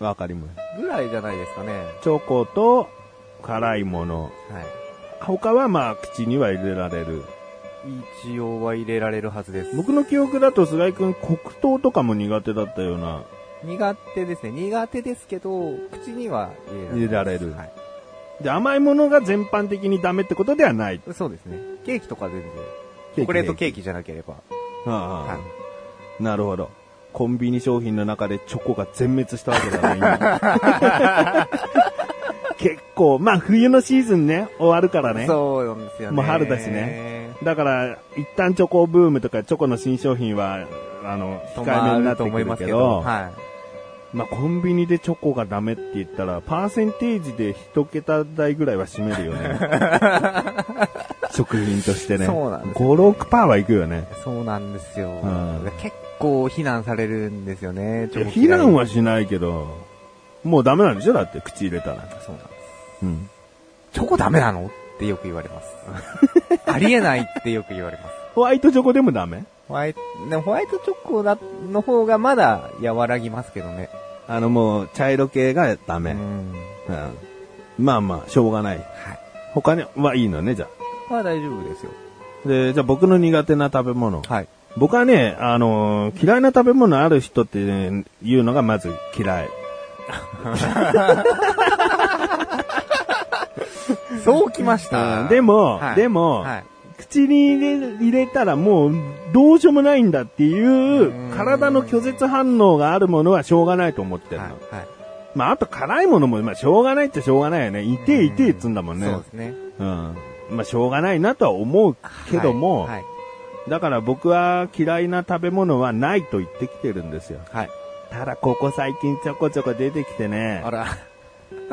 [SPEAKER 3] うん。わかります。
[SPEAKER 2] ぐらいじゃないですかね。
[SPEAKER 3] チョコと、辛いもの。
[SPEAKER 2] はい。
[SPEAKER 3] 他はまあ、口には入れられる。
[SPEAKER 2] 一応は入れられるはずです。
[SPEAKER 3] 僕の記憶だと菅井くん黒糖とかも苦手だったような。
[SPEAKER 2] 苦手ですね。苦手ですけど、口には入れられる。
[SPEAKER 3] 入れられる
[SPEAKER 2] はい。
[SPEAKER 3] で、甘いものが全般的にダメってことではない。
[SPEAKER 2] そうですね。ケーキとか全然。チョコレートケーキじゃなければ。
[SPEAKER 3] ああああ
[SPEAKER 2] は
[SPEAKER 3] なるほど。コンビニ商品の中でチョコが全滅したわけだね、今 結構、まあ冬のシーズンね、終わるからね。
[SPEAKER 2] そうなんですよね。
[SPEAKER 3] もう春だしね。だから、一旦チョコブームとかチョコの新商品は、あの、
[SPEAKER 2] 止
[SPEAKER 3] 控えめ
[SPEAKER 2] ま
[SPEAKER 3] にな
[SPEAKER 2] る
[SPEAKER 3] って
[SPEAKER 2] と
[SPEAKER 3] く
[SPEAKER 2] 思い
[SPEAKER 3] る
[SPEAKER 2] ます
[SPEAKER 3] け
[SPEAKER 2] け
[SPEAKER 3] ど、
[SPEAKER 2] ど。
[SPEAKER 3] ま
[SPEAKER 2] は
[SPEAKER 3] あコンビニでチョコがダメって言ったら、パーセンテージで一桁台ぐらいは占めるよね。 食品としてね。
[SPEAKER 2] そうなんですよ
[SPEAKER 3] 5、6%はいくよね。
[SPEAKER 2] い。そうなんですよ
[SPEAKER 3] うん。
[SPEAKER 2] 結構非難されるんですよね。
[SPEAKER 3] い
[SPEAKER 2] チョ
[SPEAKER 3] や
[SPEAKER 2] コ
[SPEAKER 3] 非難
[SPEAKER 2] は。
[SPEAKER 3] はしないけど、もうダメなんでしょだって、口入れたら。
[SPEAKER 2] そうなんです。
[SPEAKER 3] うん。
[SPEAKER 2] チョコダメなのってよく言われ ます。ありえないってよく言われます。
[SPEAKER 3] ホワイトチョコでもダメ
[SPEAKER 2] ホワイト、ねホワイトチョコだの方がまだ和らぎますけどね。
[SPEAKER 3] あのもう、茶色系がダ
[SPEAKER 2] う
[SPEAKER 3] メ。
[SPEAKER 2] ん。
[SPEAKER 3] うん。まあまあ、しょうがない。
[SPEAKER 2] はい。
[SPEAKER 3] 他にはいいのね、じゃあ。
[SPEAKER 2] まあ大丈夫ですよ。
[SPEAKER 3] で、じゃあ僕の苦手な食べ物。
[SPEAKER 2] はい。
[SPEAKER 3] 僕はね、あのー嫌いな食べ物ある人ってね言うのがまず嫌い。
[SPEAKER 2] そうきました。
[SPEAKER 3] うんでも、
[SPEAKER 2] はい
[SPEAKER 3] でも、
[SPEAKER 2] はい。
[SPEAKER 3] 口に入れ入れたらもうどうしようもないんだっていう
[SPEAKER 2] うん
[SPEAKER 3] 体の拒絶反応があるものはしょうがないと思ってるの。
[SPEAKER 2] はい。はい
[SPEAKER 3] まああと辛いものも、まあしょうがないってしょうがないよね。痛
[SPEAKER 2] う
[SPEAKER 3] え
[SPEAKER 2] ん
[SPEAKER 3] 痛えっつうんだもんね。
[SPEAKER 2] そうですね。
[SPEAKER 3] うん。まあしょうがないなとは思うけども、
[SPEAKER 2] はい。
[SPEAKER 3] だから僕は嫌いな食べ物はないと言ってきてるんですよ。
[SPEAKER 2] はい。
[SPEAKER 3] ただここ最近ちょこちょこ出てきてね。
[SPEAKER 2] あら。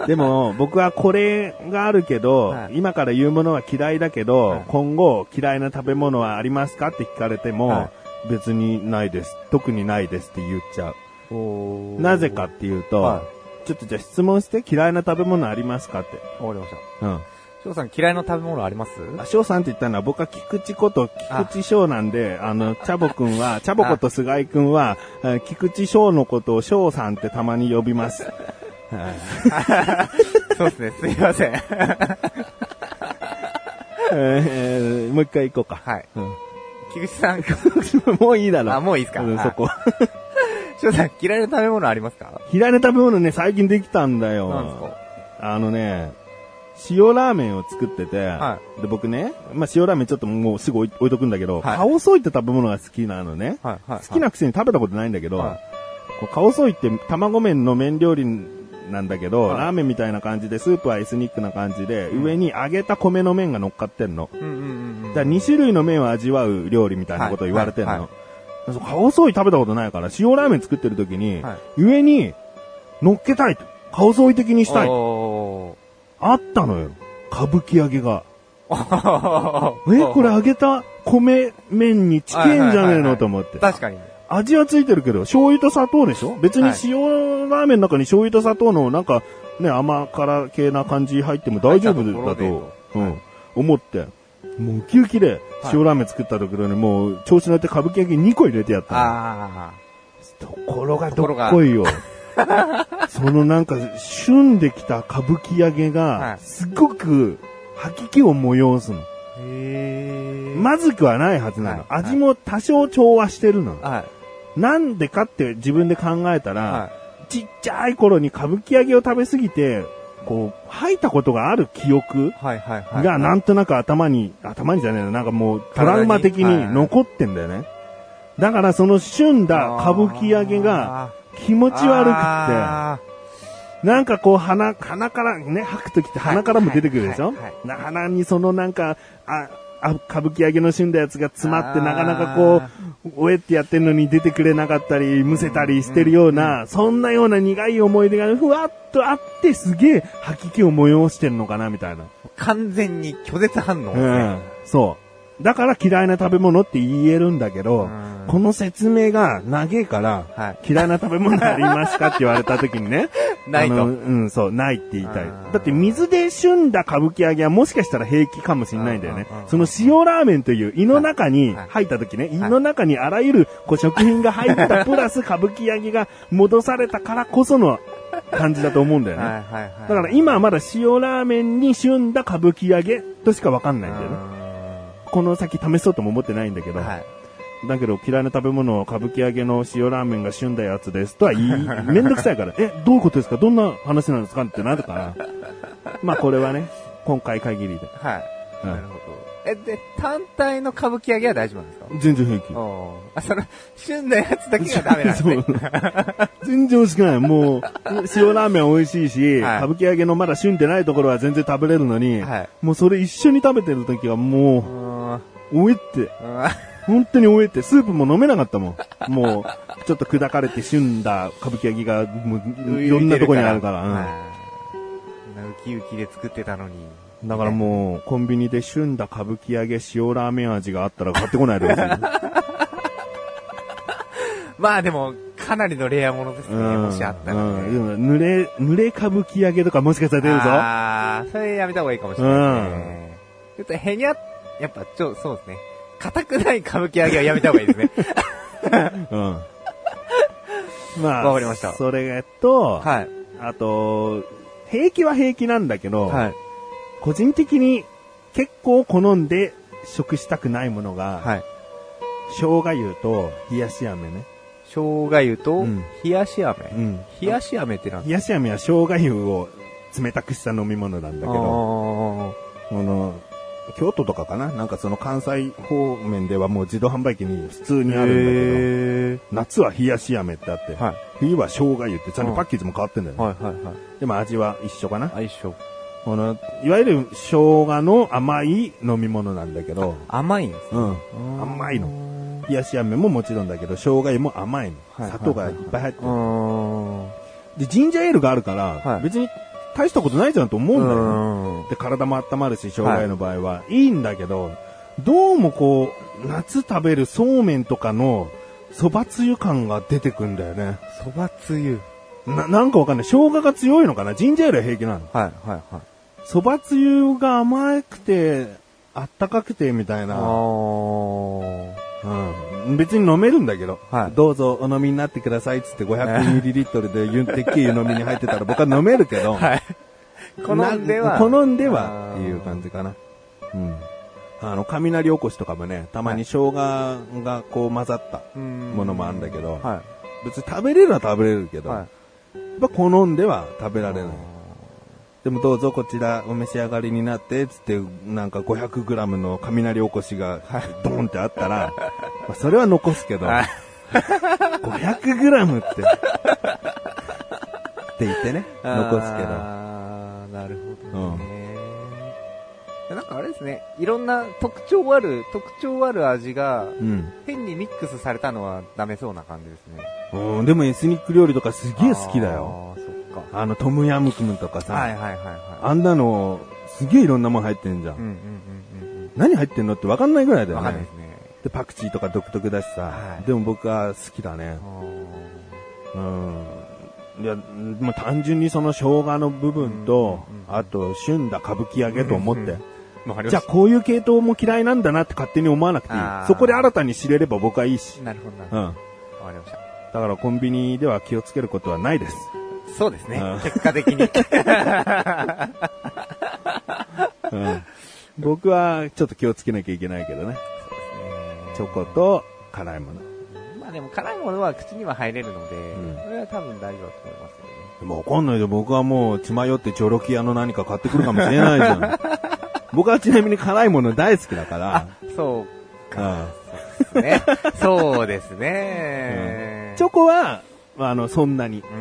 [SPEAKER 3] でも、僕はこれがあるけど、
[SPEAKER 2] はい
[SPEAKER 3] 今から言うものは嫌いだけど、
[SPEAKER 2] はい
[SPEAKER 3] 今後嫌いな食べ物はありますかって聞かれても、
[SPEAKER 2] は
[SPEAKER 3] 別にないです。特にないですって言っちゃう。なぜかっていうと、
[SPEAKER 2] は
[SPEAKER 3] ちょっとじゃあ質問して嫌いな食べ物ありますかって。
[SPEAKER 2] わかりました。
[SPEAKER 3] うん。
[SPEAKER 2] 翔さん嫌いな食べ物あります
[SPEAKER 3] あ、翔さんって言ったのは僕は菊池こと菊池翔なんで、あの、チャボくんは、チャボこと菅井くんは、えー菊池翔のことを翔さんってたまに呼びます。
[SPEAKER 2] そうですね、すいません。
[SPEAKER 3] えーもう一回行こうか。
[SPEAKER 2] はい。菊池さん、
[SPEAKER 3] もういいだろ。
[SPEAKER 2] あもういいっすか
[SPEAKER 3] んそこ。
[SPEAKER 2] 翔さん嫌いな食べ物ありますか
[SPEAKER 3] 嫌いな食べ物ね、最近できたんだよ。
[SPEAKER 2] なんですか
[SPEAKER 3] あのね、塩ラーメンを作ってて、
[SPEAKER 2] は
[SPEAKER 3] で、僕ね、まあ、塩ラーメンちょっともうすぐ置い置いとくんだけど、
[SPEAKER 2] はい
[SPEAKER 3] カオソイって食べ物が好きなのね。
[SPEAKER 2] はい、はい。
[SPEAKER 3] 好きなくせに食べたことないんだけど、
[SPEAKER 2] は
[SPEAKER 3] こうカオソイって卵麺の麺料理なんだけど、
[SPEAKER 2] はい
[SPEAKER 3] ラーメンみたいな感じで、スープはエスニックな感じで、上に揚げた米の麺が乗っかってんの。
[SPEAKER 2] うんうんうんうん。
[SPEAKER 3] だ2種類の麺を味わう料理みたいなことを言われてんの。
[SPEAKER 2] はいはい
[SPEAKER 3] そうカオソイ食べたことないから、塩ラーメン作ってる時に、
[SPEAKER 2] はい
[SPEAKER 3] 上に乗っけたいと。カオソイ的にしたい。
[SPEAKER 2] お
[SPEAKER 3] あったのよ。歌舞伎揚げが。
[SPEAKER 2] ー。
[SPEAKER 3] え、これ揚げた米麺に近いんじゃねえ
[SPEAKER 2] はいはいはいは
[SPEAKER 3] の
[SPEAKER 2] い
[SPEAKER 3] と思って。
[SPEAKER 2] 確かに。
[SPEAKER 3] 味はついてるけど、醤油と砂糖でしょ別に
[SPEAKER 2] はい
[SPEAKER 3] 塩ラーメンの中に醤油と砂糖のなんかね、甘辛系な感じ入っても大丈夫
[SPEAKER 2] 入
[SPEAKER 3] だ
[SPEAKER 2] ったところ
[SPEAKER 3] と、うん、思って、もうウキウキで
[SPEAKER 2] はい
[SPEAKER 3] 塩ラーメン作ったところにもう調子乗って歌舞伎揚げ2個入れてやったの。
[SPEAKER 2] あ
[SPEAKER 3] ところが
[SPEAKER 2] と
[SPEAKER 3] ど
[SPEAKER 2] ころが
[SPEAKER 3] っこいよ。 そのなんか、旬できた歌舞伎揚げ
[SPEAKER 2] は
[SPEAKER 3] が
[SPEAKER 2] い、
[SPEAKER 3] すごく吐き気を催すの。
[SPEAKER 2] ー。へー。
[SPEAKER 3] まずくはないはずなの
[SPEAKER 2] は。いはい
[SPEAKER 3] 味も多少調和してるの。
[SPEAKER 2] はい。
[SPEAKER 3] なんでかって自分で考えたら、
[SPEAKER 2] は
[SPEAKER 3] ちっちゃい頃に歌舞伎揚げを食べすぎて、こう、吐いたことがある記憶
[SPEAKER 2] い。はいはいはい。
[SPEAKER 3] がなんとなく頭に、頭にじゃねえな、なんかもうトラウマ的
[SPEAKER 2] 体には
[SPEAKER 3] に
[SPEAKER 2] い
[SPEAKER 3] 残ってんだよね。だからその旬だ歌舞伎揚げが気持
[SPEAKER 2] 気
[SPEAKER 3] ち悪くて、なんかこう鼻、鼻からね、吐くときって鼻からも出てくるでしょ
[SPEAKER 2] はいはいはい
[SPEAKER 3] な鼻にそのなんか、あ、あ歌舞伎揚げの旬だやつが詰まってなかなかこう、おえってやってんのに出てくれなかったり、むせたりしてるような、そんなような苦い思い出がふわっとあって、すげえ吐き気を催してんのかな、みたいな。
[SPEAKER 2] 完全に拒絶反応です
[SPEAKER 3] う
[SPEAKER 2] ね。
[SPEAKER 3] ん。そう。だから嫌いな食べ物って言えるんだけど、
[SPEAKER 2] うん
[SPEAKER 3] この説明が長えから、
[SPEAKER 2] はい。
[SPEAKER 3] 嫌いな食べ物ありますかって言われた時にね
[SPEAKER 2] ないと
[SPEAKER 3] あのうん、そう、ないって言いたい
[SPEAKER 2] うん。
[SPEAKER 3] だって水で旬だ歌舞伎揚げはもしかしたら平気かもしんないんだよね
[SPEAKER 2] うんうんうん。
[SPEAKER 3] その塩ラーメンという胃の中に
[SPEAKER 2] はい
[SPEAKER 3] 入った時ね、胃の中にあらゆるこう食品が入ったプラス歌舞伎揚げが戻されたからこその感じだと思うんだよね。
[SPEAKER 2] はいはいはい。
[SPEAKER 3] だから今はまだ塩ラーメンに旬だ歌舞伎揚げとしかわかんないんだよね。この先試そうとも思ってないんだけ
[SPEAKER 2] う
[SPEAKER 3] ど、
[SPEAKER 2] んはい。
[SPEAKER 3] だけど嫌いな食べ物は歌舞伎揚げの塩ラーメンが旬だやつですと は言い、めんどくさいから、え、どういうことですかどんな話なんですかってなるから。まあこれはね、今回限りで。
[SPEAKER 2] はい。
[SPEAKER 3] うん
[SPEAKER 2] なるほど。え、で、単体の歌舞伎揚げは大丈夫なんですか
[SPEAKER 3] 全然平気。
[SPEAKER 2] おーあ、その、旬なやつだけがダメ なんですね。
[SPEAKER 3] そう全然美味しくない。もう、塩ラーメン美味しいし、
[SPEAKER 2] はい
[SPEAKER 3] 歌舞伎揚げのまだ旬でないところは全然食べれるのに、
[SPEAKER 2] はい
[SPEAKER 3] もうそれ一緒に食べてる時は
[SPEAKER 2] う
[SPEAKER 3] も
[SPEAKER 2] ーん
[SPEAKER 3] う、おえって、
[SPEAKER 2] うん
[SPEAKER 3] 本当に終えて、スープも飲めなかったもん。もう、ちょっと砕かれて旬だ歌舞伎揚げが、もう、いろんなとこにあるから。うん
[SPEAKER 2] はいなウキウキで作ってたのに。
[SPEAKER 3] だからもう、コンビニで旬だ歌舞伎揚げ塩ラーメン味があったら買ってこないでほ しい。
[SPEAKER 2] まあでも、かなりのレアものですね、
[SPEAKER 3] うん
[SPEAKER 2] もしあったら
[SPEAKER 3] う
[SPEAKER 2] ね。
[SPEAKER 3] ん濡れ、濡れ歌舞伎揚げとかもしかしたら出るぞ。
[SPEAKER 2] あーそれやめた方がいいかもしれないですね。ちょっとへにゃ、やっぱちょ、そうですね。硬くない歌舞伎揚げはやめた方がいいですね。
[SPEAKER 3] うん。まあ、
[SPEAKER 2] わかりました
[SPEAKER 3] それと、
[SPEAKER 2] はい。
[SPEAKER 3] あと、平気は平気なんだけど、
[SPEAKER 2] はい。
[SPEAKER 3] 個人的に結構好んで食したくないものが、
[SPEAKER 2] はい。
[SPEAKER 3] 生姜湯と冷やし飴ね。
[SPEAKER 2] 生姜湯と
[SPEAKER 3] うん、
[SPEAKER 2] 冷やし飴。
[SPEAKER 3] うん。
[SPEAKER 2] 冷やし飴ってなん
[SPEAKER 3] 冷やし飴は生姜湯を冷たくした飲み物なんだけど、
[SPEAKER 2] ど。
[SPEAKER 3] この、京都とかかななんかその関西方面ではもう自動販売機に普通にあるんだけど、
[SPEAKER 2] へー
[SPEAKER 3] 夏は冷やし飴ってあって、
[SPEAKER 2] はい
[SPEAKER 3] 冬は生姜湯ってちゃんとパッケージも変わってんだよね。
[SPEAKER 2] はいはいはい。
[SPEAKER 3] でも味は一緒かな
[SPEAKER 2] 相性。
[SPEAKER 3] この、いわゆる生姜の甘い飲み物なんだけど、
[SPEAKER 2] 甘いんですね。
[SPEAKER 3] うん。甘いの。冷やし飴ももちろんだけど、生姜湯も甘いの。
[SPEAKER 2] はい
[SPEAKER 3] 砂糖がいっぱい入って
[SPEAKER 2] う
[SPEAKER 3] る。
[SPEAKER 2] ん。う
[SPEAKER 3] で、ジンジャーエールがあるから、
[SPEAKER 2] はい
[SPEAKER 3] 別に大したことないじゃんと思うんだよね。
[SPEAKER 2] ん。
[SPEAKER 3] で、体も温まるし、生涯の場合は、い、いんだけど、どうもこう、夏食べるそうめんとかの、そばつゆ感が出てくんだよね。
[SPEAKER 2] そばつゆ。
[SPEAKER 3] な、なんかわかんない。生姜が強いのかなジンジャーエールは平気なの。
[SPEAKER 2] はい、はい、はい。
[SPEAKER 3] そばつゆが甘くて、あったかくてみたい
[SPEAKER 2] あ
[SPEAKER 3] な。
[SPEAKER 2] ー。
[SPEAKER 3] うん。別に飲めるんだけど、
[SPEAKER 2] はい
[SPEAKER 3] どうぞお飲みになってくださいっつって 500ml でユンテッキー飲みに入ってたら僕は飲めるけど、
[SPEAKER 2] はい。好んでは。
[SPEAKER 3] な好んではっていう感じかな。うん。あの、雷おこしとかもね、たまに生姜がこう混ざった
[SPEAKER 2] じ。も
[SPEAKER 3] ものもあるんだけど、
[SPEAKER 2] は
[SPEAKER 3] 別に食べれるのは食べれるけ
[SPEAKER 2] い。
[SPEAKER 3] ど、
[SPEAKER 2] は
[SPEAKER 3] まあ、好んでは食べられない
[SPEAKER 2] あー。
[SPEAKER 3] でもどうぞこちらお召し上がりになって、つって、なんか 500g の雷おこしが、ドーンってあったら、まあそれは残すけど、
[SPEAKER 2] はい
[SPEAKER 3] 500g って、って言ってね、
[SPEAKER 2] い。
[SPEAKER 3] 残すけど。
[SPEAKER 2] あー、なるほどね。なんかあれですね、いろんな特徴ある、特徴ある味が、
[SPEAKER 3] うん
[SPEAKER 2] 変にミックスされたのはダメそうな感じですね。
[SPEAKER 3] うん。でもエスニック料理とかすげえ好きだよ。
[SPEAKER 2] あー。そっ
[SPEAKER 3] あの、トムヤムクムとか
[SPEAKER 2] か。
[SPEAKER 3] さ、
[SPEAKER 2] はいはいはいは
[SPEAKER 3] あんなの、すげえいろんなもん入ってんじゃん。
[SPEAKER 2] い。うんうんうんうんうん。
[SPEAKER 3] 何入ってんのってわかんないぐらいだよ
[SPEAKER 2] わ
[SPEAKER 3] ね。
[SPEAKER 2] かんないですね。
[SPEAKER 3] で、パクチーとか独特だしさ、
[SPEAKER 2] はい
[SPEAKER 3] でも僕は好きだね。
[SPEAKER 2] あー
[SPEAKER 3] うん。いや、まあ、単純にその生姜の部分と、
[SPEAKER 2] うんうんうん
[SPEAKER 3] あと、旬だ歌舞伎揚げと思って、
[SPEAKER 2] わかりま
[SPEAKER 3] じゃあ
[SPEAKER 2] し
[SPEAKER 3] こういう系統も嫌いなんだなって勝手に思わなくていい
[SPEAKER 2] あー。
[SPEAKER 3] そこで新たに知れれば僕はいいし。
[SPEAKER 2] た。なるほどなる
[SPEAKER 3] う
[SPEAKER 2] ほ
[SPEAKER 3] ん。
[SPEAKER 2] ど。わかり
[SPEAKER 3] だ
[SPEAKER 2] ました。
[SPEAKER 3] からコンビニでは気をつけることはないです。
[SPEAKER 2] そうですね
[SPEAKER 3] うん。
[SPEAKER 2] 結果的 に。
[SPEAKER 3] うん。僕はちょっと気をつけなきゃいけないけどね。チョコと辛いもの。
[SPEAKER 2] まあでも辛いものは口には入れるので、
[SPEAKER 3] ん
[SPEAKER 2] それは多分大丈夫だと思いますけどね。
[SPEAKER 3] でもわかんないで僕はもう血迷ってチョロキ屋の何か買ってくるかもしれないじゃん。 僕はちなみに辛いもの大好きだから。
[SPEAKER 2] そう
[SPEAKER 3] うん
[SPEAKER 2] か。そうですね。そうですね。
[SPEAKER 3] チョコは、まあ、あの、そんなに、
[SPEAKER 2] うん
[SPEAKER 3] う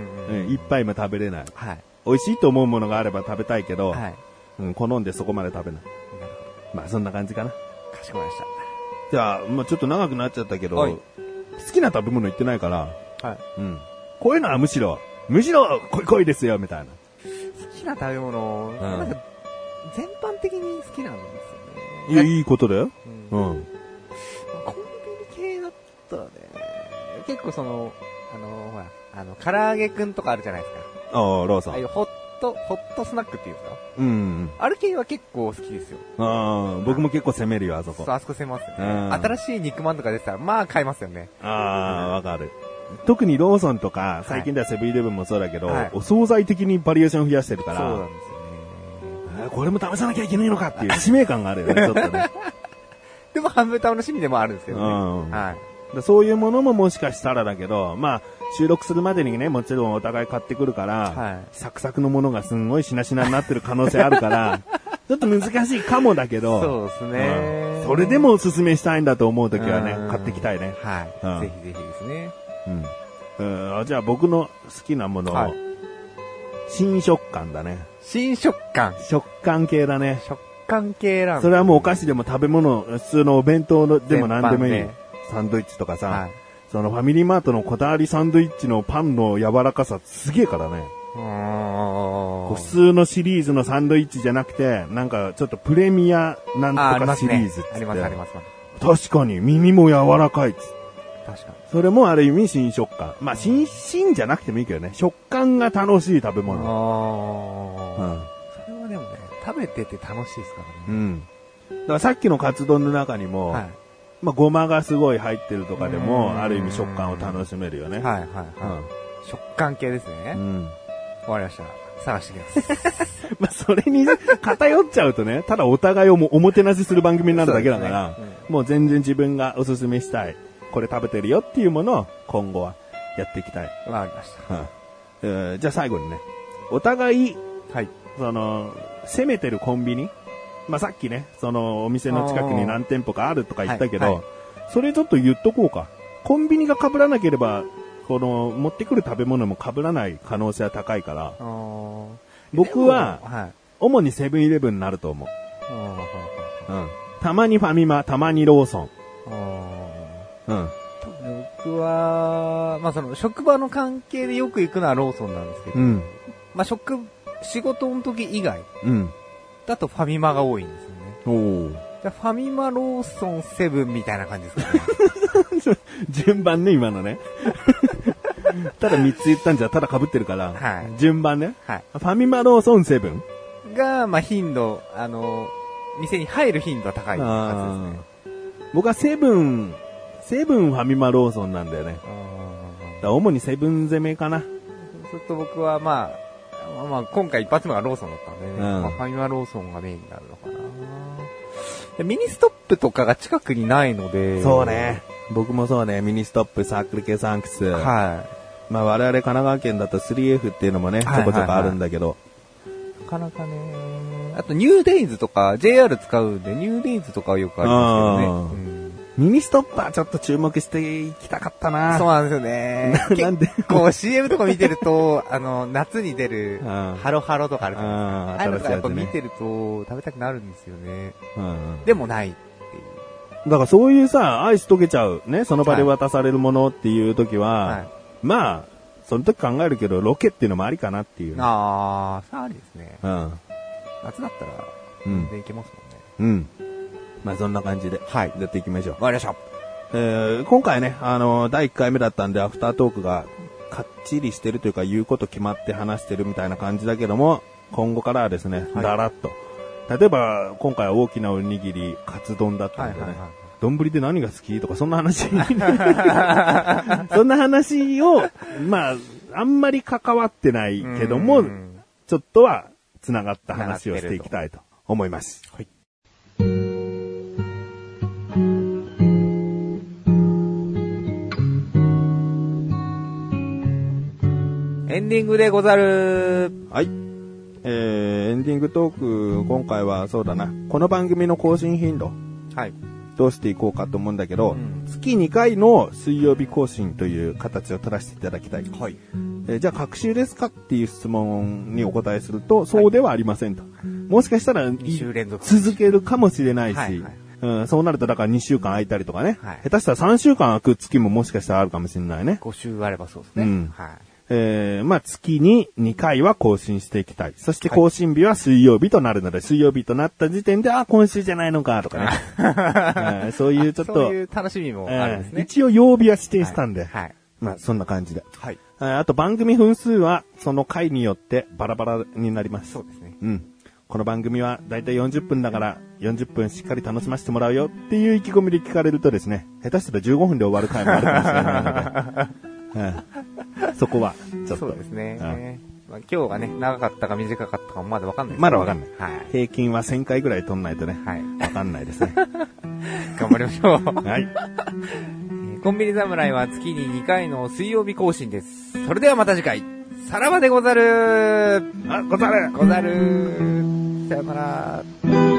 [SPEAKER 2] うん
[SPEAKER 3] ん、一杯も食べれない。
[SPEAKER 2] はい。
[SPEAKER 3] 美味しいと思うものがあれば食べたいけど、
[SPEAKER 2] はい。
[SPEAKER 3] うん、好んでそこまで食べな
[SPEAKER 2] な
[SPEAKER 3] い。
[SPEAKER 2] る
[SPEAKER 3] まあ、そんな感じかな。
[SPEAKER 2] ほど。かしこまりまし
[SPEAKER 3] じゃあ、まあ、ちょっと長くなっちゃったけど、
[SPEAKER 2] はい
[SPEAKER 3] 好きな食べ物言ってないから、
[SPEAKER 2] た。はい。
[SPEAKER 3] うん。こういうのはむしろ、むしろ、こいこいですよ、みたいな。
[SPEAKER 2] 好きな食べ物、なんか、全般的に好きなんです
[SPEAKER 3] い
[SPEAKER 2] よ
[SPEAKER 3] や、
[SPEAKER 2] ね。
[SPEAKER 3] いいことだよ。
[SPEAKER 2] うん
[SPEAKER 3] うん。
[SPEAKER 2] コンビニ系だったらね、結構その、あの、ほら、あの、唐揚げくんとかあるじゃないですか。
[SPEAKER 3] ああ、ラーさ
[SPEAKER 2] ああい
[SPEAKER 3] ん。
[SPEAKER 2] うホット、ホットスナックっていうんですか
[SPEAKER 3] うん。
[SPEAKER 2] ある系は結構好きですよ。
[SPEAKER 3] ああ、僕も結構攻めるよ、あそ
[SPEAKER 2] そ
[SPEAKER 3] こ
[SPEAKER 2] う、。あそこ攻めますよね。
[SPEAKER 3] うん
[SPEAKER 2] 新しい肉まんとか出てたら、まあ買いますよね。
[SPEAKER 3] ああ、わかる。特にローソンとか、最近ではセブンイレブンもそうだけど、
[SPEAKER 2] はい
[SPEAKER 3] お惣菜的にバリエーション増やしてる
[SPEAKER 2] そ
[SPEAKER 3] か
[SPEAKER 2] う
[SPEAKER 3] ら、
[SPEAKER 2] なんですよね。
[SPEAKER 3] あーこれも試さなきゃいけないのかっていう 使命感があるよね、ちょっと ね。
[SPEAKER 2] でも半分楽しみでもあるんです
[SPEAKER 3] う
[SPEAKER 2] よ
[SPEAKER 3] ん
[SPEAKER 2] ね。はい。
[SPEAKER 3] だそういうものももしかしたらだけど、まあ、収録するまでにね、もちろんお互い買ってくるから、
[SPEAKER 2] はい
[SPEAKER 3] サクサクのものがすんごいしなしなになってる可能性あ るから、ちょっと難しいかもだけど、
[SPEAKER 2] そうです
[SPEAKER 3] う
[SPEAKER 2] ね
[SPEAKER 3] ん。それでもおすすめしたいんだと思うときはね
[SPEAKER 2] う、ん
[SPEAKER 3] 買ってきたいね。
[SPEAKER 2] は
[SPEAKER 3] うん
[SPEAKER 2] い。ぜひぜひですね。
[SPEAKER 3] うんうんじゃあ僕の好きなものを、
[SPEAKER 2] はい
[SPEAKER 3] 新食感だね。
[SPEAKER 2] 新食感。
[SPEAKER 3] 食感系だね。
[SPEAKER 2] 食感系ラーメン。
[SPEAKER 3] それはもうお菓子でも食べ物、普通のお弁当のでも何でもいい。
[SPEAKER 2] 全般で
[SPEAKER 3] サンドイッチとかさ、
[SPEAKER 2] はい。
[SPEAKER 3] そのファミリーマートのこだわりサンドイッチのパンの柔らかさすげえからね。
[SPEAKER 2] う
[SPEAKER 3] こ
[SPEAKER 2] ー
[SPEAKER 3] う普
[SPEAKER 2] ん。
[SPEAKER 3] 通のシリーズのサンドイッチじゃなくて、なんかちょっとプレミアなん
[SPEAKER 2] あ、あり
[SPEAKER 3] と
[SPEAKER 2] ま
[SPEAKER 3] か
[SPEAKER 2] す
[SPEAKER 3] シリー
[SPEAKER 2] ね
[SPEAKER 3] ズっつっ。て。
[SPEAKER 2] ありますあります。
[SPEAKER 3] 確かに耳も柔らかいっつって
[SPEAKER 2] 確かに。
[SPEAKER 3] それもある意味新食感。まあ、新、新じゃなくてもいいけどね。食感が楽しい食べ
[SPEAKER 2] あ
[SPEAKER 3] 物。
[SPEAKER 2] ー
[SPEAKER 3] うん。
[SPEAKER 2] それはでもね、食べてて楽しいですから
[SPEAKER 3] う
[SPEAKER 2] ね。
[SPEAKER 3] ん。だからさっきのカツ丼の中にも、
[SPEAKER 2] は
[SPEAKER 3] まあ、ごまがすごい入ってるとかで
[SPEAKER 2] うん
[SPEAKER 3] も、ある意味食感を楽しめるよね。
[SPEAKER 2] い。はいはいはい。食感系ですね
[SPEAKER 3] う。ん。
[SPEAKER 2] わかりました。探してきます。
[SPEAKER 3] まあ、それに 偏っちゃうとね、ただお互いをもおもてなしする番組になるだけだから、
[SPEAKER 2] そうですね
[SPEAKER 3] もう全然自分がおすすめしたい、これ食べてるよっていうものを今後はやっていきたい。
[SPEAKER 2] わかりまし
[SPEAKER 3] うんえーじゃあ最後にね、お互い、
[SPEAKER 2] た。はい。
[SPEAKER 3] その、攻めてるコンビニまあ、さっきね、その、お店の近くに何店舗かあるとか言ったけど、
[SPEAKER 2] はいはい
[SPEAKER 3] それちょっと言っとこうか。コンビニが被らなければ、この、持ってくる食べ物も被らない可能性は高いから、僕
[SPEAKER 2] で
[SPEAKER 3] は、
[SPEAKER 2] もはい。
[SPEAKER 3] 主にセブンイレブンになると思う。
[SPEAKER 2] あー
[SPEAKER 3] うん。たまにファミマ、たまにローソン。
[SPEAKER 2] あ
[SPEAKER 3] うん。
[SPEAKER 2] ー僕は、まあその、職場の関係でよく行くのはローソンなんですけど、
[SPEAKER 3] うん。
[SPEAKER 2] まあ職、仕事の時以外
[SPEAKER 3] うん。
[SPEAKER 2] だとファミマが多いんですよね。
[SPEAKER 3] おお。
[SPEAKER 2] じゃあファミマ、ローソ ン、セブンみたいな感じですかね。
[SPEAKER 3] 順番ね、今のね。ただ3つ言ったんじゃ、ただ被ってるから、
[SPEAKER 2] はい
[SPEAKER 3] 順番ね。
[SPEAKER 2] はい。
[SPEAKER 3] ファミマローソンセブン。
[SPEAKER 2] が、まあ、頻度、あの、店に入る頻度は高いはずですね。
[SPEAKER 3] 僕はセブン、セブンファミマローソンなんだよね。だから主にセブン攻めかな。
[SPEAKER 2] うんそうすると僕は、まあ、まあまあ、今回一発目がローソンだったんでね、
[SPEAKER 3] うん
[SPEAKER 2] まあファミマローソンがメインになるのかなで。ミニストップとかが近くにないので。。。
[SPEAKER 3] 僕もそうね、ミニストップ、サークル系サンクス。
[SPEAKER 2] は
[SPEAKER 3] まあ我々神奈川県だと 3F っていうのもね、ちょ
[SPEAKER 2] はい
[SPEAKER 3] こちょこあるんだけど。
[SPEAKER 2] い。なかなかね。あと、ニューデイズとか、JR 使うんで、ニューデイズとかはよくありますけどね。うん
[SPEAKER 3] ミニストップはちょっと注目していきたかったな。
[SPEAKER 2] そうなんですよね。
[SPEAKER 3] なんで
[SPEAKER 2] 結構 CM とか見てると、あの、夏に出る
[SPEAKER 3] うん、あ
[SPEAKER 2] ハロハロとかあるじゃないですか
[SPEAKER 3] あ
[SPEAKER 2] ああいうの
[SPEAKER 3] 新しい
[SPEAKER 2] がやっ
[SPEAKER 3] や
[SPEAKER 2] ぱ
[SPEAKER 3] つ
[SPEAKER 2] 見
[SPEAKER 3] ね。
[SPEAKER 2] てると食べたくなるんですよね。
[SPEAKER 3] うんうん
[SPEAKER 2] でもない。
[SPEAKER 3] だからそういうさ、アイス溶けちゃう、ね、その場で渡されるものっていう時は、
[SPEAKER 2] はい
[SPEAKER 3] まあ、その時考えるけど、ロケっていうのもありかなっていう。
[SPEAKER 2] あー、さあありですね。
[SPEAKER 3] うん。
[SPEAKER 2] 夏だったら、
[SPEAKER 3] うん
[SPEAKER 2] 全然いけますもんね。
[SPEAKER 3] うん。まあそんな感じで、
[SPEAKER 2] はい
[SPEAKER 3] やっていきましょう。
[SPEAKER 2] わかりました。
[SPEAKER 3] えー今回ね、あの第1回目だったんで、アフタートークが、かっちりしてるというか、言うこと決まって話してるみたいな感じだけども、今後からはですね、
[SPEAKER 2] はい
[SPEAKER 3] だらっと。例えば、今回は大きなおにぎり、カツ丼だったんで
[SPEAKER 2] は
[SPEAKER 3] ね
[SPEAKER 2] いはいはい、
[SPEAKER 3] 丼、で何が好きとか、そんな話。 そんな話を、まあ、あんまり関わってないけども
[SPEAKER 2] うん、
[SPEAKER 3] ちょっとは、繋がった話をしていきたいと思います。はい。
[SPEAKER 2] エンディングでござる。
[SPEAKER 3] はい。えー、エンディングトーク、今回はそうだな。この番組の更新頻度、
[SPEAKER 2] はい。
[SPEAKER 3] どうしていこうかと思うんだけど、
[SPEAKER 2] うん
[SPEAKER 3] 月2回の水曜日更新という形を取らせていただきたい。
[SPEAKER 2] はい。
[SPEAKER 3] えーじゃあ、隔週ですかっていう質問にお答えすると、そうではありませんと。もしかしたら、い
[SPEAKER 2] 2週連続。
[SPEAKER 3] 続けるかもしれないし、
[SPEAKER 2] はいはい
[SPEAKER 3] うん、そうなるとだから2週間空いたりとかね、
[SPEAKER 2] はい
[SPEAKER 3] 下手したら3週間空く月ももしかしたらあるかもしれないね。
[SPEAKER 2] 5週あればそうですね。
[SPEAKER 3] うん
[SPEAKER 2] は
[SPEAKER 3] えー、まあ、月に2回は更新していきたい。そして更新日は水曜日となるので、水曜日となった時点で、あ、今週じゃないのか、と かね。えーそういうち
[SPEAKER 2] い。
[SPEAKER 3] ょっと、
[SPEAKER 2] そういう楽しみもあるんです
[SPEAKER 3] えー
[SPEAKER 2] ね。
[SPEAKER 3] 一応曜日は指定したんで、
[SPEAKER 2] はい。
[SPEAKER 3] まあ、そんな感じで。
[SPEAKER 2] はい。
[SPEAKER 3] えーあと番組分数は、その回によってバラバラになります。
[SPEAKER 2] そうですね。
[SPEAKER 3] うん。この番組はだいたい40分だから40分しっかり楽しませてもらうよっていう意気込みで聞かれるとですね、下手したら15分で終わる回もあるかもしれないので、 うん、そこはちょっ
[SPEAKER 2] そう
[SPEAKER 3] と
[SPEAKER 2] ですね。まあ今日がね、長かったか短かったかもまだわかんないです
[SPEAKER 3] まだわかんない
[SPEAKER 2] はい。
[SPEAKER 3] 平均は1000回ぐらい取んないとね、
[SPEAKER 2] はい。
[SPEAKER 3] わかんないですね。
[SPEAKER 2] 頑張りましょう。
[SPEAKER 3] はい。
[SPEAKER 2] えーコンビニ侍は月に2回の水曜日更新です。それではまた次回、さらばでござる
[SPEAKER 3] あ、ござる
[SPEAKER 2] ござるさよなら